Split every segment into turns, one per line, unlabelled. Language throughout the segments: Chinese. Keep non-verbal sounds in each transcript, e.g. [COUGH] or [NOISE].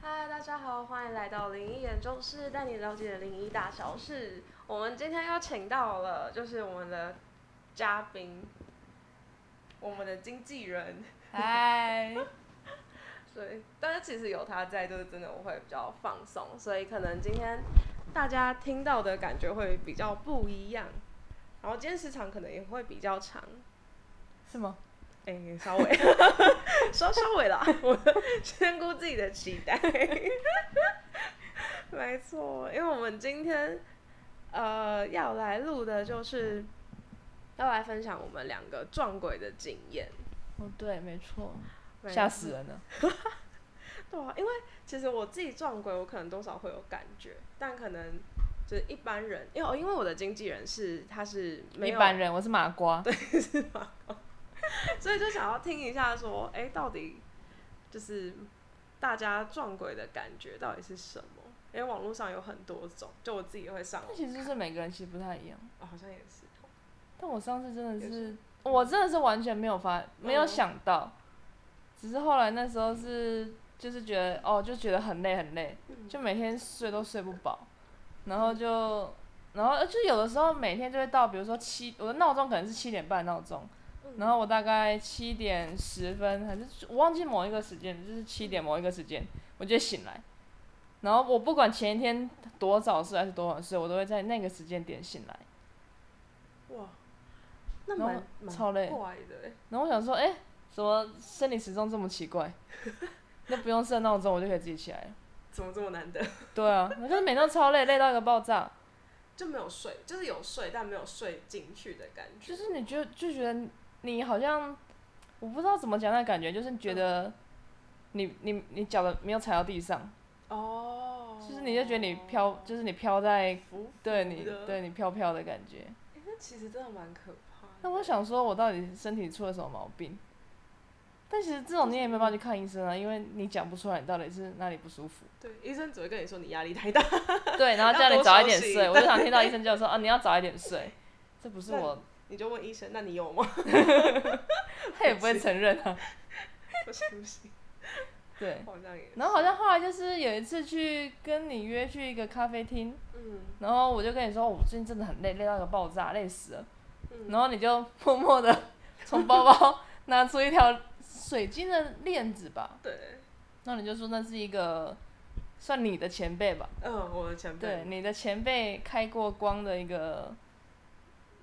大家好，欢迎来到灵异眼中事，带你了解灵异大小事。我们今天邀请到了，就是我们的嘉宾，我们的经纪人， [LAUGHS]
嗨，
所以，但是其实有他在，就是真的我会比较放松，所以可能今天大家听到的感觉会比较不一样。然后今天时长可能也会比较长，
是吗？
哎、稍微稍稍微啦，我先顾自己的期待。 [LAUGHS] 没错，因为我们今天呃要来录的就是要来分享我们两个撞鬼的经验，
哦，对，没错，
没
吓死人了。
对啊，因为其实我自己撞鬼，我可能多少会有感觉，但可能就是一般人，因为哦因为我的经纪人是他是没
一
有
般人，我是麻瓜。
所以就想要听一下说，哎、到底就是大家撞鬼的感觉到底是什么？因为网络上有很多种，就我自己也会上网
但其实就是每个人其实不太一样。
哦，好像也是。
但我上次真的
有
是，我真的是完全没有发，没有
嗯
想到，只是后来那时候是就是觉得哦，就觉得很累很累，
嗯
就每天睡都睡不饱，然后就然后呃就有的时候每天就会到，比如说七，我的闹钟可能是七点半闹钟，然后我大概七点十分还是我忘记某一个时间，就是七点某一个时间，我就醒来。然后我不管前一天多早睡还是多晚睡，我都会在那个时间点醒来。
哇，那
然后
蛮蛮
超累
怪的欸，
然后我想说，哎、怎么生理时钟这么奇怪？ [LAUGHS] 那不用设闹钟，我就可以自己起来了。
怎么这么难得？
对啊，我就是每天都超累，累到一个爆炸。
就没有睡，就是有睡，但没有睡进去的感觉。
就是你就就觉得你好像，我不知道怎么讲那感觉，就是觉得你你你脚的没有踩到地上，
哦，
就是你就觉得你飘，就是你飘在
浮，
对你
的
对你飘飘的感觉。
哎那其实真的蛮可怕的。
那我想说，我到底身体出了什么毛病？但其实这种你也没办法去看医生啊，因为你讲不出来你到底是哪里不
[LAUGHS]
舒服。
对医生只会跟你说你压力太大， [LAUGHS]
对，然后叫你
多
早
休
一点
息
睡，我就想听到医生就说啊，你要早一点睡。这不是
那 [LAUGHS]
我，
你就问医生，那你有吗？ [LAUGHS]
他也不会承认啊。
不行不行， [LAUGHS]
对，
好像也
然后好像后来就是有一次去跟你约去一个咖啡厅，
嗯
然后我就跟你说，哦我最近真的很累，累到一个爆炸，累死了。
嗯
然后你就 [LAUGHS] 默默的从包包 [LAUGHS] 拿出一条水晶的链子吧，
对，
那你就说那是一个算你的前辈吧，
嗯，我的前
对，
辈，
你的前辈开过光的一个，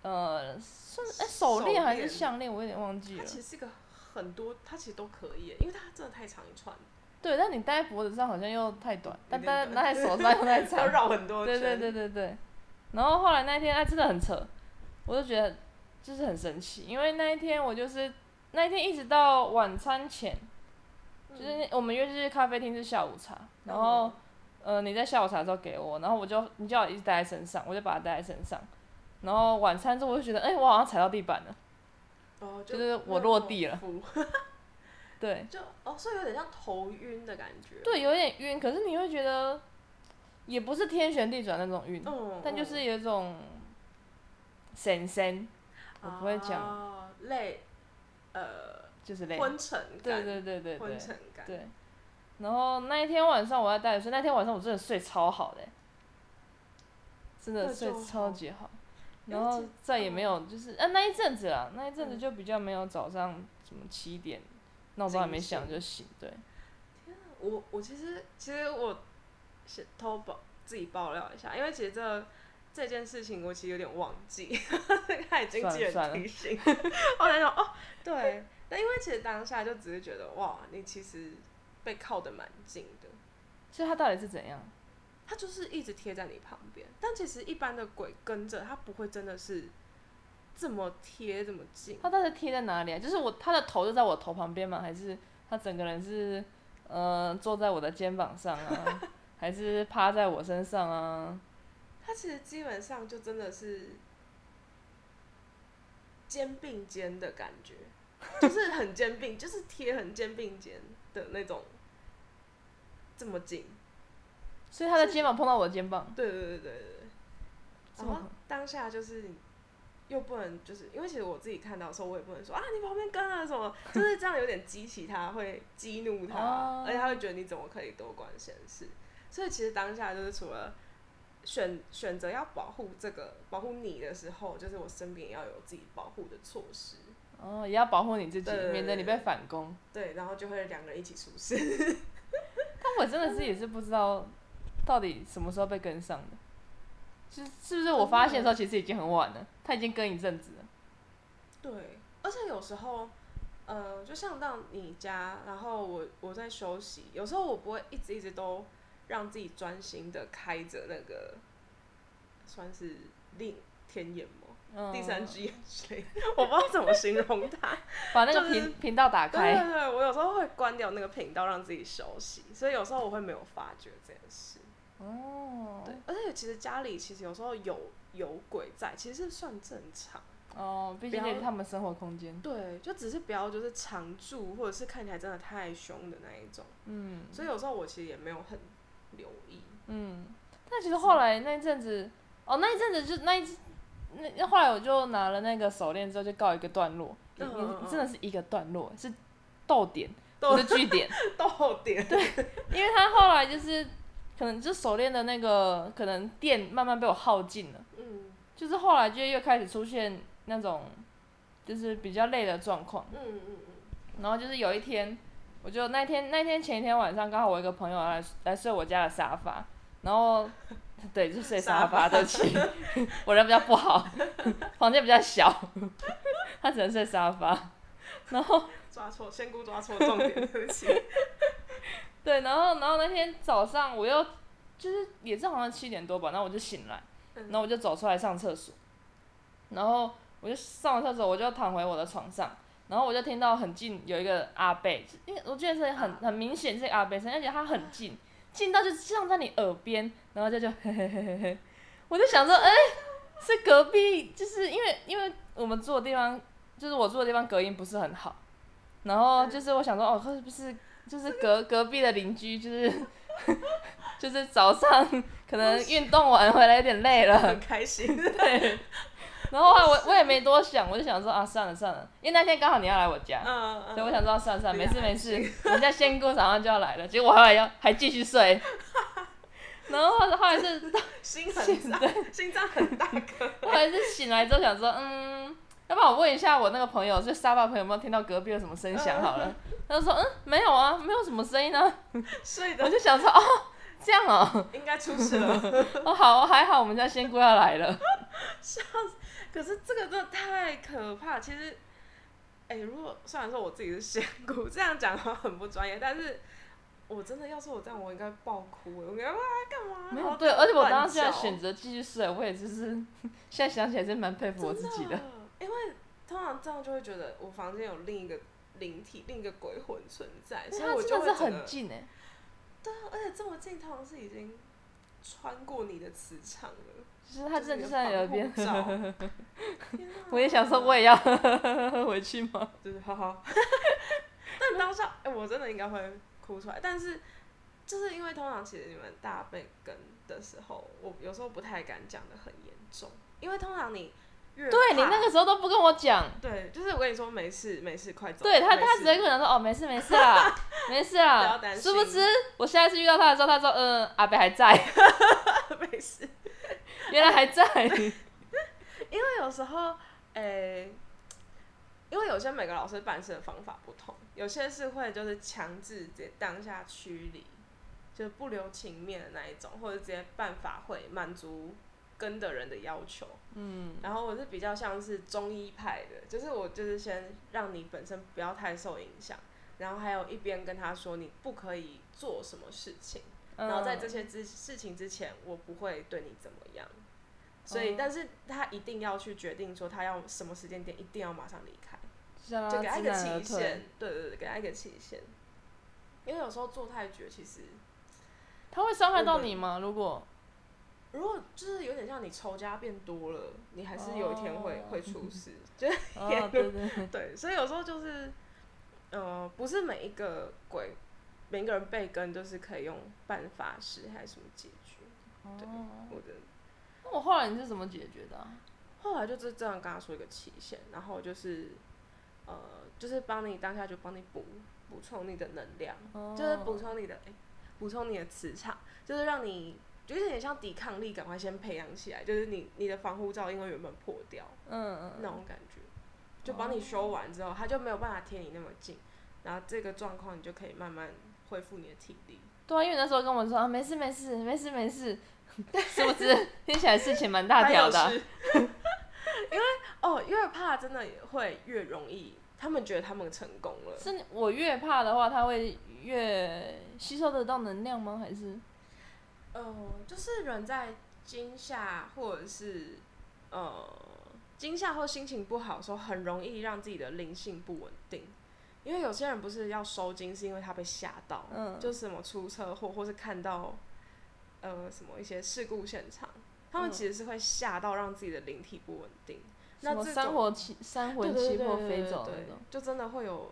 呃，算哎
手
手链还是
链
项链，我有点忘记
它
了。
其实是一个很多，它其实都可以耶，因为它真的太长一
[LAUGHS]
串，
对，但你戴在脖子上好像又太短，但
有
戴
点短
戴在手上又太长
要。绕很多
对
圈，
对对对对。然后后来那一天，哎，真的很扯，我就觉得就是很神奇，因为那一天我就是那一天一直到晚餐前，
嗯，
就是那我们约去咖啡厅吃下午茶，然后呃你在下午茶的时候给我，然后我就你叫我一直带在身上，我就把它带在身上。然后晚餐之后我就觉得，哎、我好像踩到地板了，
哦，
就是我落地了
那种浮，
对
就哦，所以有点像头晕的感觉，，
对，有点晕，可是你会觉得也不是天旋地转那种晕，
嗯，
但就是有一种神仙，我不会讲
讲嗯啊累，呃，
就是累。
昏沉
对
感，
对对对对
昏沉感，
对。然后那一天晚上我在大学睡，那天晚上我真的睡超好的欸、真
那
的
就
睡超级好。然
因为
后
其实
再也没有就是啊那一阵子啦，那一阵子
嗯
就比较没有早上什么七点闹钟还没响就醒，对，
我我其实其实我是偷爆自己爆料一下，因为其实这这件事情我其实有点忘记， [LAUGHS] 太经纪
算
人
了
提醒， [LAUGHS] 我在想哦，对，但因为其实当下就只是觉得哇，你其实被靠得蛮近的，
所以它到底是怎样？
他就是一直贴在你旁边，但其实一般的鬼跟着他不会真的是这么贴这么近，
它到底贴在哪里啊？就是我它的头就在我头旁边吗？还是它整个人是呃坐在我的肩膀上
[LAUGHS]
啊？还是趴在我身上啊？
他其实基本上就真的是肩并肩的感觉，就是很肩并，就是贴很肩并肩的那种，这么近。
所以
啊
它的肩膀碰到我的肩膀，
对对对对对。
这
然
么
后当下就是又不能就是因为其实我自己看到的时候，我也不能说啊你旁边跟啊什么，就是这样有点激起他，会激怒他，
哦
而且他会觉得你怎么可以多管闲事。所以其实当下就是除了选选择要保护这个保护你的时候，就是我身边也要有自己保护的措施，
哦，也要保护你自己
对对，对
免得你被反攻。
对，然后就会两个人一起出事。
但我真的是也是不知道到底什么时候被跟上的，就是是不是我发现的时候其实已经很晚了，他已经跟一阵子了。
对，而且有时候，呃，就像到你家，然后我我在休息，有时候我不会一直一直都让自己专心的开着那个，算是令天眼吗？
嗯，
第三只眼睛，我不知道怎么形容它。
把那
就
个
是
频频道打
对
开，
对对，我有时候会关掉那个频道让自己休息，所以有时候我会没有发觉这件事。
哦，
对，而且其实家里其实有时候有有鬼在，其实是算正常。
哦，毕竟
不
那
要
是他们生活空间，
对，就只是不要就是常住，或者是看起来真的太凶的那一种。
嗯
所以有时候我其实也没有很留意。
嗯。但其实后来那一阵子，哦，那一阵子就那一那那后来我就拿了那个手链之后就告一个段落，也
嗯嗯嗯
也真的是一个段落，是逗点，
逗
不是句点，
逗点，对，
因为他后来就是可能就手链的那个可能电慢慢被我耗尽了，
嗯
就是后来就又开始出现那种就是比较累的状况。
嗯嗯
然后就是有一天，我就那天那天前一天晚上，刚好我一个朋友来来睡我家的沙发，然后 [LAUGHS] 对，就睡沙发，对不起，我人比较不好，房间比较小， [LAUGHS] 他只能睡沙发。然后
嗯，抓错，仙姑抓错重点，对不起。
对，然后然后那天早上我又就是也是好像七点多吧，然后我就醒来，
嗯
然后我就走出来上厕所，然后我就上完厕所，我就躺回我的床上，然后我就听到很近有一个阿贝，因为我记得是很
啊
很明显是一个阿贝声，而且他很近，近到就像在你耳边，然后就 [LAUGHS] 就嘿嘿嘿嘿嘿，我就想说，哎、是隔壁，就是因为因为我们住的地方，就是我住的地方隔音不是很好，然后就是我想说，哦，是不是就是隔隔壁的邻居，就是 [LAUGHS] 就是早上可能运动完回来有点累
[LAUGHS]
了，
很开心，
对。然后后来我我也没多想，我就想说啊，算了算了，因为那天刚好你要来我家，
嗯嗯，
所以我想说啊算了算了，没
比较
事没事，人家仙姑早上就要来了，结果我还要还继续睡。然后后来是
嗯心很大，心脏很大颗，
[LAUGHS] 后来是醒来之后想说，嗯，要不然我问一下我那个朋友，就沙发朋友有没有听到隔壁有什么声响好了。他就说嗯没有啊，没有什么声音啊。
睡
我
的
就想说哦这样哦，
应该出事了。
[LAUGHS]
[LAUGHS]
哦好还好我们家仙姑要来了。
可是这个真的太可怕。其实，哎、如果虽然说我自己是仙姑，这样讲好像很不专业，但是我真的要是我这样，我应该爆哭，我应该哇干嘛？
没
然
有
后
对，而且我当时居
乱
然
叫
选择继续睡，我也就是 [LAUGHS] 现在想起来是蛮佩服我自己的。
因为通常这样就会觉得我房间有另一个灵体、另一个鬼魂存在，
[LAUGHS]
所以
它
我
真
就
的
会
是
整
很
个
近哎、
而且这么近，通常是已经穿过你的磁场了。
就是它真的就
就是
在你
有
耳边。
防护
[LAUGHS]
罩天哪
我也想说，我也要 [LAUGHS] 回去吗？
就是哈哈。 [LAUGHS] 但当下，哎、我真的应该会哭出来。但是，就是因为通常其实你们大家被跟的时候，我有时候不太敢讲的很严重，因为通常你越
对你
怕
那个时候都不跟我讲，
对，就是我跟你说没事没事，快走。
对他
没
他
事
直接跟我讲说哦没事没事啦，
[LAUGHS]
没事
不要
啦。
担心
殊不知我下一次遇到他的时候，他说嗯阿北还在，
[LAUGHS] 没事，
原来
[LAUGHS]
还在。
因为有时候，诶、因为有些每个老师办事的方法不同，有些是会就是强制直接当下驱离，就是不留情面的那一种，或者直接办法会满足跟的人的要求。
嗯
然后我是比较像是中医派的，就是我就是先让你本身不要太受影响，然后还有一边跟他说你不可以做什么事情。
嗯，
然后在这些之事情之前，我不会对你怎么样。所以，
哦
但是他一定要去决定说他要什么时间点，一定要马上离开，
就让
就
他
给他一
知
个
难而
期限
啊退。。
对对对，给他一个期限。因为有时候做太绝，其实
他会伤害到
日本
你吗？如
[LAUGHS]
果
如果就是有点像你仇家变多了，你还是有一天会、
哦
会出事。就
哦
也
对对
[LAUGHS]
对，
对，所以有时候就是，呃，不是每一个鬼，每一个人被跟都是可以用办法师还是什么解决。
哦
我的
那我后来你是怎么解决的啊？
后来就真真的跟他说一个期限，然后就是呃，就是帮你当下就帮你补补充你的能量，
哦
就是补充你的诶补、充你的磁场，就是让你就有点像抵抗力，赶快先培养起来，就是你你的防护罩因为原本破掉
嗯
那
嗯
种感觉，就帮你修完之后，它就没有办法贴你那么近，然后这个状况你就可以慢慢恢复你的体力。
对啊，因为那时候跟我说啊，没事没事没事没事，是不
[LAUGHS]
是听起来事情蛮大
还
条
有
的啊、
是 [LAUGHS] 因为哦，越怕真的会越容易，他们觉得他们成功了。
是我越怕的话，它会越吸收得到能量吗？还是
呃，就是人在惊吓或者是呃惊吓或心情不好的时候，很容易让自己的灵性不稳定。因为有些人不是要收精，是因为他被吓到，
嗯
就什么出车祸，或是看到呃什么一些事故现场，他们
嗯
其实是会吓到，让自己的灵体不稳定。那
什么
这
三
种
魂七三
对
魂
对
七
对
魄
对
飞
对
走
对
那种？
就真的会有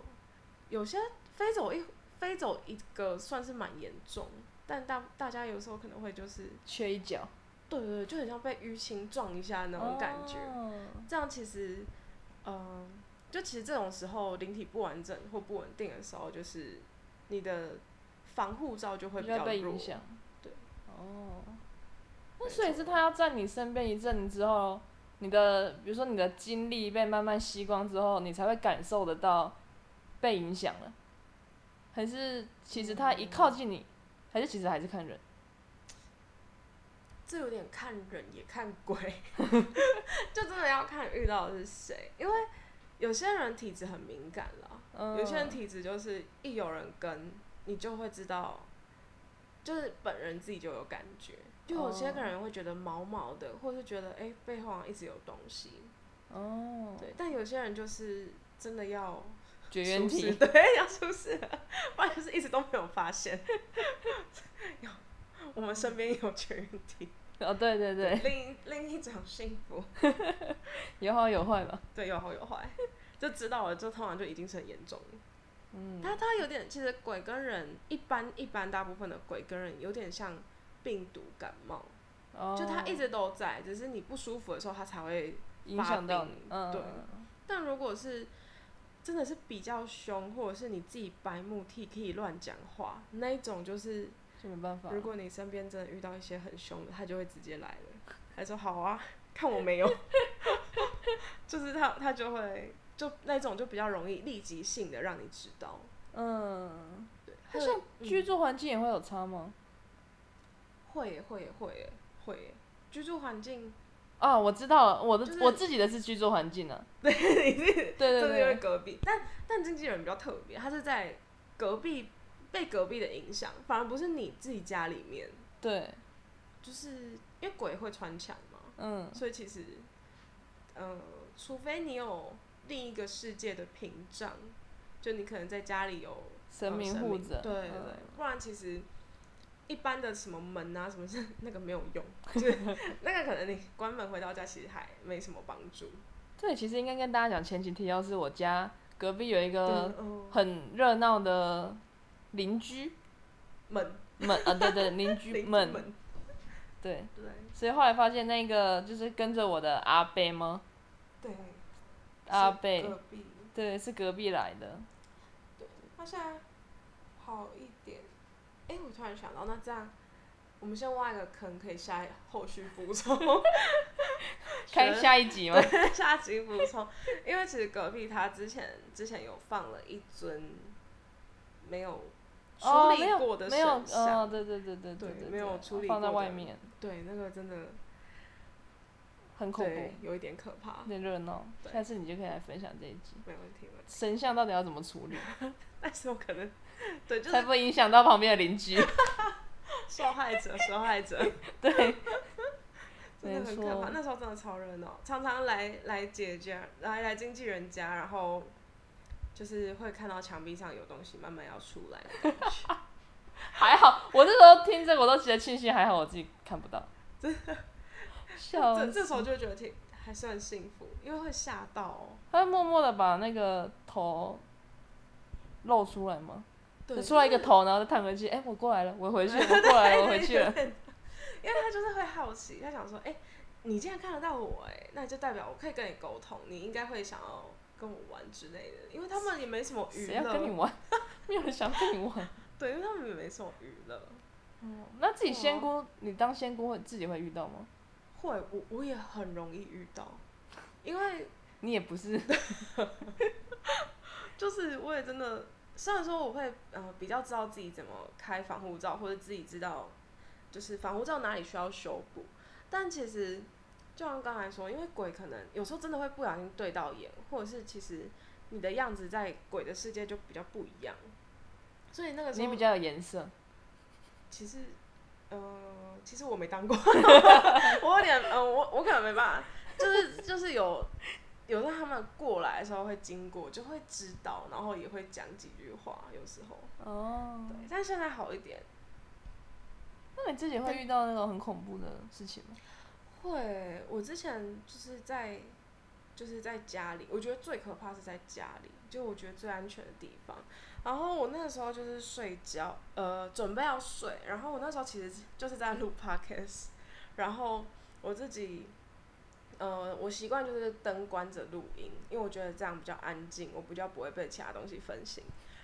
有些飞走一飞走一个算是蛮严重，但大大家有时候可能会就是
缺一角
对对对，就很像被淤青撞一下那种感觉。
哦
这样其实，嗯、就其实这种时候灵体不完整或不稳定的时候，就是你的防护罩就会
比
比
较
较
被
弱
影响。
对，
哦，
没
那所以
错
是他要在你身边一阵之后，你的比如说你的精力被慢慢吸光之后，你才会感受得到被影响了，还是其实他一靠近
嗯
你，还是其实还是看人？
这有点看人也看鬼， [LAUGHS] 就真的要看遇到的是谁，因为有些人体质很敏感啦，
嗯，
有些人体质就是一有人跟你就会知道，就是本人自己就有感觉。就有些
哦
个人会觉得毛毛的，或是觉得哎、诶背后好像一直有东西，
哦，
对。但有些人就是真的要
绝缘
出事，
体，
对， [LAUGHS] 要出事了，不然就是一直都没有发现。 [LAUGHS] 有我们身边有绝缘体，
哦，对对对，
另一另一种幸福，
有好有坏吧。
对，有好有坏，就知道了，就通常就已经是很严重了。
嗯，
它它有点，其实鬼跟人一般一般大部分的鬼跟人有点像病毒感冒，
哦
就它一直都在，只是你不舒服的时候它才会。
影响到你，
发
嗯，
病但如果是真的是比较凶，或者是你自己白目 T K 乱讲话那一种，就是
就没办法。
如果你身边真的遇到一些很凶的，他就会直接来了，他说好啊， [LAUGHS] 看我没有，就是他他就会就那种就比较容易立即性的让你知道，
嗯，
对，
那
还有
像居住环境也会有差吗？
会耶会耶会耶会耶，居住环 [LAUGHS] 境，
啊，我知道了，我的、
就是
我自己的是居住环境啊。
对，你是
对对
真的因为
对，
隔壁，但但经纪人比较特别，他是在隔壁被隔壁的影响，反而不是你自己家里面，
对，
就是因为鬼会穿墙嘛，
嗯，
所以其实，呃，除非你有另一个世界的屏障，就你可能在家里有
神
呃
明护着，
对对对，
嗯
不然其实一般的什么门啊什么 [LAUGHS] 是那个没有用，就是 [LAUGHS] 那个可能你关门回到家其实还没什么帮助。
对，其实应该跟大家讲，前几天要是我家隔壁有一个
嗯，
很热闹的邻居
门
们啊，对对，邻
邻
居
居
们，
门，
对，
对
所以后来发现那个就是跟着我的阿贝吗？
对，
阿
是
贝，
隔壁，
对，是隔壁来的，
他现在好一点。哎、我突然想到，那这样我们先挖一个坑，可以下后续补充。
看
学
下一集吗？
下集补充，因为其实隔壁他之前之前有放了一尊没有处
哦，没
理过
有
的
没
神
有，
像，
哦，对对对对
对
对，
没有处理
放在
过
外
的
面，
对，那个真的
很恐怖
对，有一点可怕
有，点热闹。
对
下次你就可以来分享这一集。
没问题了。
神像到底要怎么处理，
但是我可能对，就
才
是
不会影响到旁边的邻居。
受害者，受害
[LAUGHS]
者， [LAUGHS]
对，
真的很
没
可
错
怕。那时候真的超热闹，常常来来姐家，来来经纪人家，然后就是会看到墙壁上有东西慢慢要出来的感觉。
还好我那时候听这个我都觉得庆幸，还好我自己看不到。真的，笑
这
死，
这时候就觉得挺还算幸福，因为会吓到、哦。
他会默默的把那个头露出来吗？
对，
就出来一个头，然后再探回去。哎、
[LAUGHS]
我过来了，我回去了，我过来了，我回去了。
因为他就是会好奇，他想说，哎、你竟然看得到我哎、那就代表我可以跟你沟通，你应该会想要跟我玩之类的，因为他们也没什么娱
谁要啊跟你
乐，
玩？ [LAUGHS] 没有人想跟你
[LAUGHS]
玩。
对，因为他们也没什么娱乐。
哦那自己仙姑，你当仙姑会自己会遇到吗？
会，我我也很容易遇到，因为
你也不是，
就是我也真的，虽然说我会呃比较知道自己怎么开防护罩，或者自己知道就是防护罩哪里需要修补，但其实就像刚才说，因为鬼可能有时候真的会不小心对到眼，或者是其实你的样子在鬼的世界就比较不一样，所以那个时
你
候
比较有颜色。
其实，呃，其实我没当过，我有点，呃，我我可能没办法，就是就是有有时候他们过来的时候会经过，就会知道，然后也会讲几句话，有时候，
哦
对，，但现在好一点，
那你自己会遇到那种很恐怖的事情吗？
会，我之前就是在就是在家里，我觉得最可怕是在家里，就我觉得最安全的地方。然后我那个时候就是睡觉，呃，准备要睡，然后我那时候其实就是在录 podcast，然 [LAUGHS] 后我自己。呃，我习惯就是灯关着录音，因为我觉得这样比较安静，我比较不会被其他东西分心。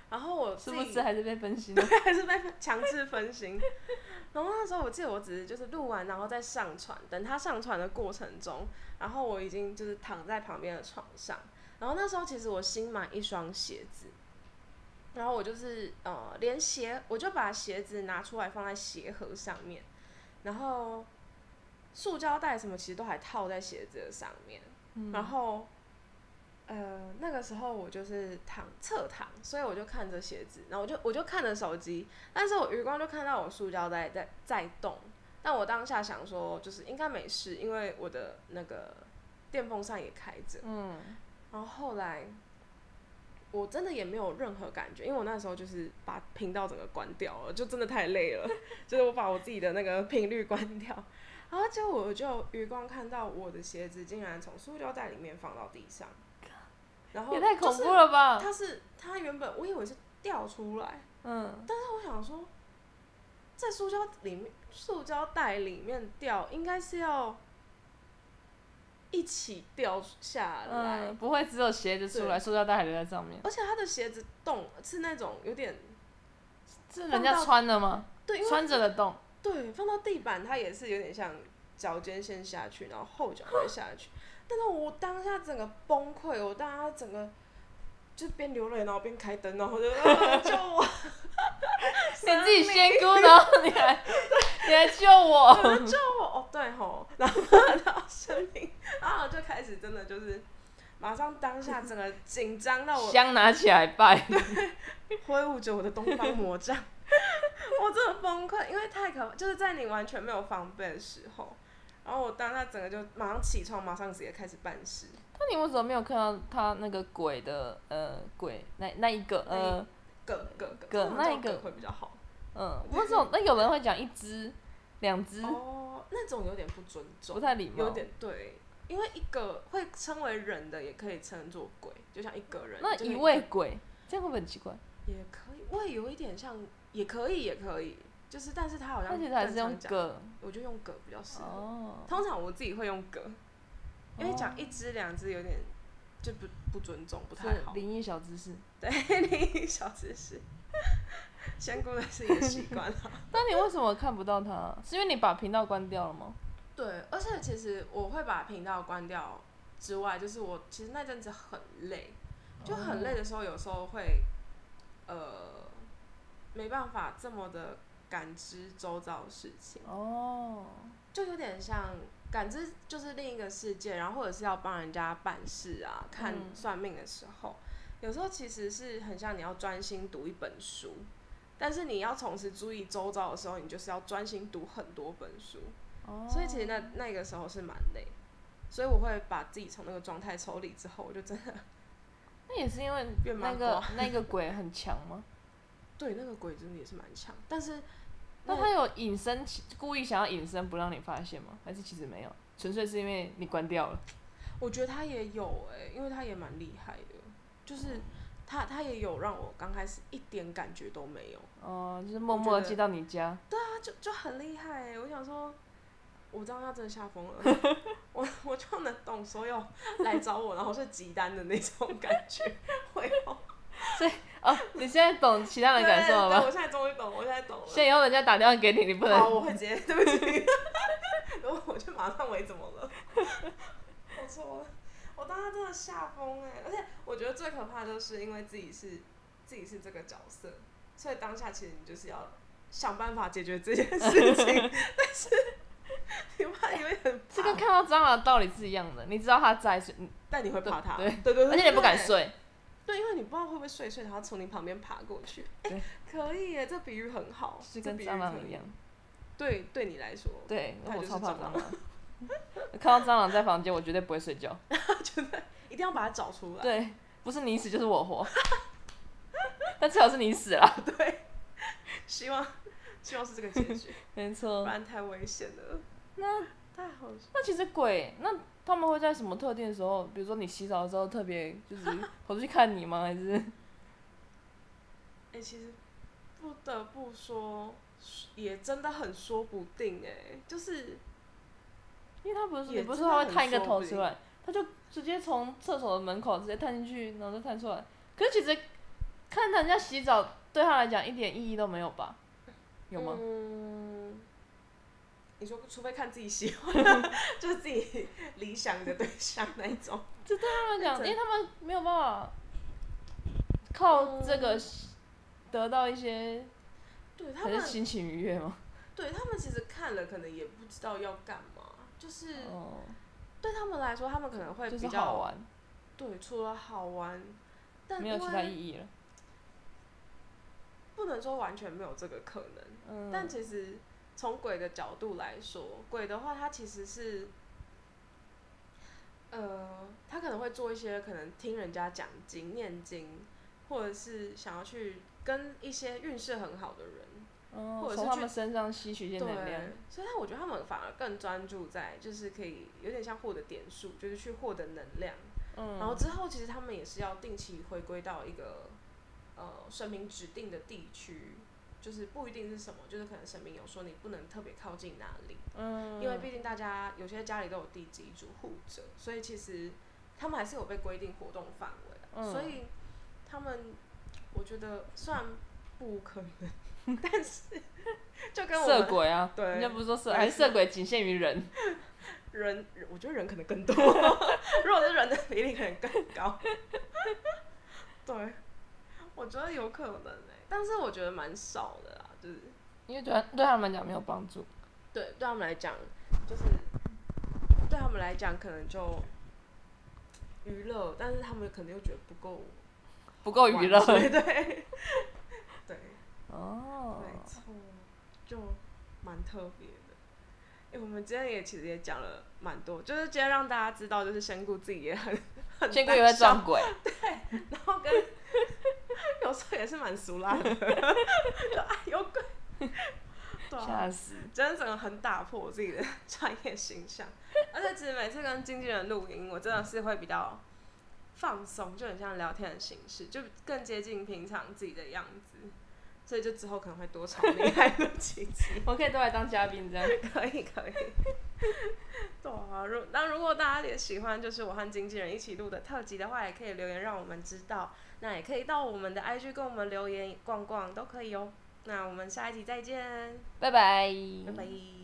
然后我自
是
己
不是还是被
[LAUGHS]
分心了？
还是被强制分心。然后那时候我记得我只是就是录完，然后再上传。等他上传的过程中，然后我已经就是躺在旁边的床上。然后那时候其实我新买一双鞋子，然后我就是呃连鞋我就把鞋子拿出来放在鞋盒上面，然后塑胶袋什么其实都还套在鞋子的上面。
嗯
然后，呃，那个时候我就是躺侧躺，所以我就看着鞋子，然后我就我就看着手机，但是我余光就看到我塑胶袋在在动，但我当下想说就是应该没事，因为我的那个电风扇也开着，
嗯，
然后后来。我真的也没有任何感觉，因为我那时候就是把频道整个关掉了，就真的太累了， [LAUGHS] 就是我把我自己的那个频率关掉，然后结果我就余光看到我的鞋子竟然从塑胶袋里面放到地上，然后
也太恐怖
了。
了吧？
它是它原本我以为是掉出来，
嗯，
但我想说，在塑胶里面塑胶袋里面掉应该是要一起掉下来，
嗯，不会只有鞋子出来，塑料袋还留在上面，
而且他的鞋子洞是那种有点
是人家穿的吗？
对，因为
穿着的洞，
对，放到地板它也是有点像脚尖先下去，然后后脚再下去。但是我当下整个崩溃，我当下整个就边流泪，然后边开灯，然后就、啊、救 [LAUGHS] 我，
你自己仙姑，然后你还你还救
[LAUGHS]
我，
救我！哦，对 [LAUGHS] 吼，然后然后生命，然后我就开始真的就是马上当下整个紧张到我
香拿起来拜。
[LAUGHS] 挥舞着我的东方魔杖，我真的崩溃，因为太可怕，就是在你完全没有防备的时候，然后我当下整个就马上起床，马上直接开始办事。
那你为什么没有看到他那个鬼的呃鬼那那一个呃
个个
个
通常
那
这
一
种个
个
会比较好。
嗯，我这种那有人会讲一只两只，
哦，那种有点不尊
不
重，
太礼貌，
有点对，因为一个会称为人的，也可以称作鬼，就像一个人。
那
就是
一
个
位鬼，这样会不会很奇怪？
也可以，我也有一点像，也可以，也可以，就是但是他好像
那其实还是
更常
用
讲，
个
我就用个比较适合。
哦，
通常我自己会用个，因为
哦
讲一只两只有点就不不尊重，不太
是
[LAUGHS] 好。
灵异小知识。
对，灵异小知识， [LAUGHS] 仙姑的是一个习惯啊了。
那你为什么看不到他？是因为你把频道关掉了吗？
[LAUGHS] 对，而且其实我会把频道关掉之外，就是我其实那阵子很累，就很累的时候，有时候会呃没办法这么的感知周遭的事情，
哦，
就有点像感知就是另一个世界，然后或者是要帮人家办事啊，看
嗯
算命的时候，有时候其实是很像你要专心读一本书。但是你要同时注意周遭的时候，你就是要专心读很多本书。
哦
所以其实那那个时候是蛮累，所以我会把自己从那个状态抽离之后，我就真的 [LAUGHS]
那也是因为
变麻
那
瓜
个。 [LAUGHS] 那个鬼很强
[LAUGHS]
吗？
对，那个鬼真的也是蛮强，但是
那
那
他有隐身，故意想要隐身不让你发现吗？还是其实没有，纯粹是因为你关掉了？
我觉得他也有哎、因为他也蛮厉害的，
哦
就是他他也有让我刚开始一点感觉都没有，
哦，就是默默
我
的
觉得
寄到你家。
欸他就就很厉害哎、我想说我这样要真的下风
[LAUGHS]
了，我我就能懂所有来找我然后是急单的那种感觉，会哦。
哦，你现在懂其他人感受了
对对
吗？
我现在终于懂，我现在懂了。
现在以后人家打电话给你，你不
好，
能
我会接，对不起。 [LAUGHS] 然后我就马上喂，怎么了？我错了，我当时真的吓疯哎！而且我觉得最可怕就是因为自己是自己是这个角色，所以当下其实你就是要想办法解决这件事
[LAUGHS]
情，但是你怕你会很
这
怕
跟看到蟑螂的道理是一样的，你知道它在，所以你
但你会怕它，
对
对对，
而且你不敢
对
睡，
对，因为你不知道会不会睡一睡，它从你旁边爬过去。哎、
对
可以耶，这比喻很好，
就是
这
跟
比喻
蟑螂
可以
一样。。
对，对你来说，
对，
它
我
就是
超怕
蟑
蟑
螂
螂。 [LAUGHS] 看到蟑螂在房间，我绝对不会睡觉。
一定要把它找出来。
对，不是你死就是我活。 [LAUGHS] 但最好是你死了，
对，希望希望是这个结局，
没
不
错。
然太危险了。
[LAUGHS] 那
太好笑，
那其实鬼，那他们会在什么特定的时候，比如说你洗澡的时候特别就是 [LAUGHS] 跑出去看你吗？还是
哎、其实不得不说，也真的很说不定哎、就是
因为他不是
也
你不是
真的
说他会
很
探一个
说
头
不
出
定
来，他就直接从厕所的门口直接探进去，然后再探出来。可是其实看人家洗澡对他来讲一点意义都没有吧？有吗？
嗯，你说，除非看自己喜欢，
[LAUGHS]
就是自己理想的对象那一种。
他们讲，
真
因为他们没有办法靠这个
嗯
得到一些，
对他
可是
们，
心情愉悦吗？
对他们其实看了，可能也不知道要干嘛。就是
哦，
对他们来说，他们可能会
就
比
是
较
好玩，
对，除了好玩，但
没有其
因
他
为
意义了。
不能说完全没有这个可能。
嗯，
但其实从鬼的角度来说，鬼的话，它其实是，呃，他可能会做一些可能听人家讲经、念经，或者是想要去跟一些运势很好的人
哦
或者
从
是
他
去
们身上吸取一些
对
能量。，
所以他我觉得他们反而更专注在就是可以有点像获得点数，就是去获得能量。
嗯，
然后之后其实他们也是要定期回归到一个呃神明指定的地区，就是不一定是什么，就是可能神明有说你不能特别靠近哪里，
嗯，
因为毕竟大家有些家里都有地基主护者，所以其实他们还是有被规定活动范围啊、
嗯
所以他们我觉得虽然不可能， [LAUGHS] 但是就跟我
色
们
鬼啊，
对
人家不是说色，
没
还是色鬼仅限于人。
人，人我觉得人可能更多。 [LAUGHS] 如果是人的比例可能更高。对，我觉得有可能哎、但是我觉得蛮少的啦，就是
因为对他对他们来讲没有帮助，
对对他们来讲，就是对他们来讲可能就娱乐，但是他们可能又觉得不够
不够娱 [LAUGHS] 乐
玩。对对对， [LAUGHS]
哦，
没错，就蛮特别的。哎、我们今天也其实也讲了蛮多，就是今天让大家知道，就是仙姑自己也很 [LAUGHS] 很
仙姑
胆
也会
小
撞鬼，
然后跟 [LAUGHS] 有时候也是蛮俗辣的， [LAUGHS] 就啊有鬼， [LAUGHS] [LAUGHS] 对啊，
吓死！
真的整个很打破我自己的 [LAUGHS] 专业形象，而且其实每次跟经纪人录音，我真的是会比较放松，就很像聊天的形式，就更接近平常自己的样子，所以就之后可能会多朝你 [LAUGHS] 来录几集。
我可以都来当嘉宾这样。
可以可以。对啊，如那如果大家也喜欢，就是我和经纪人一起录的特辑的话，也可以留言让我们知道。那也可以到我们的 IG 跟我们留言逛逛都可以哦。那我们下一集再见，
拜拜，
拜拜。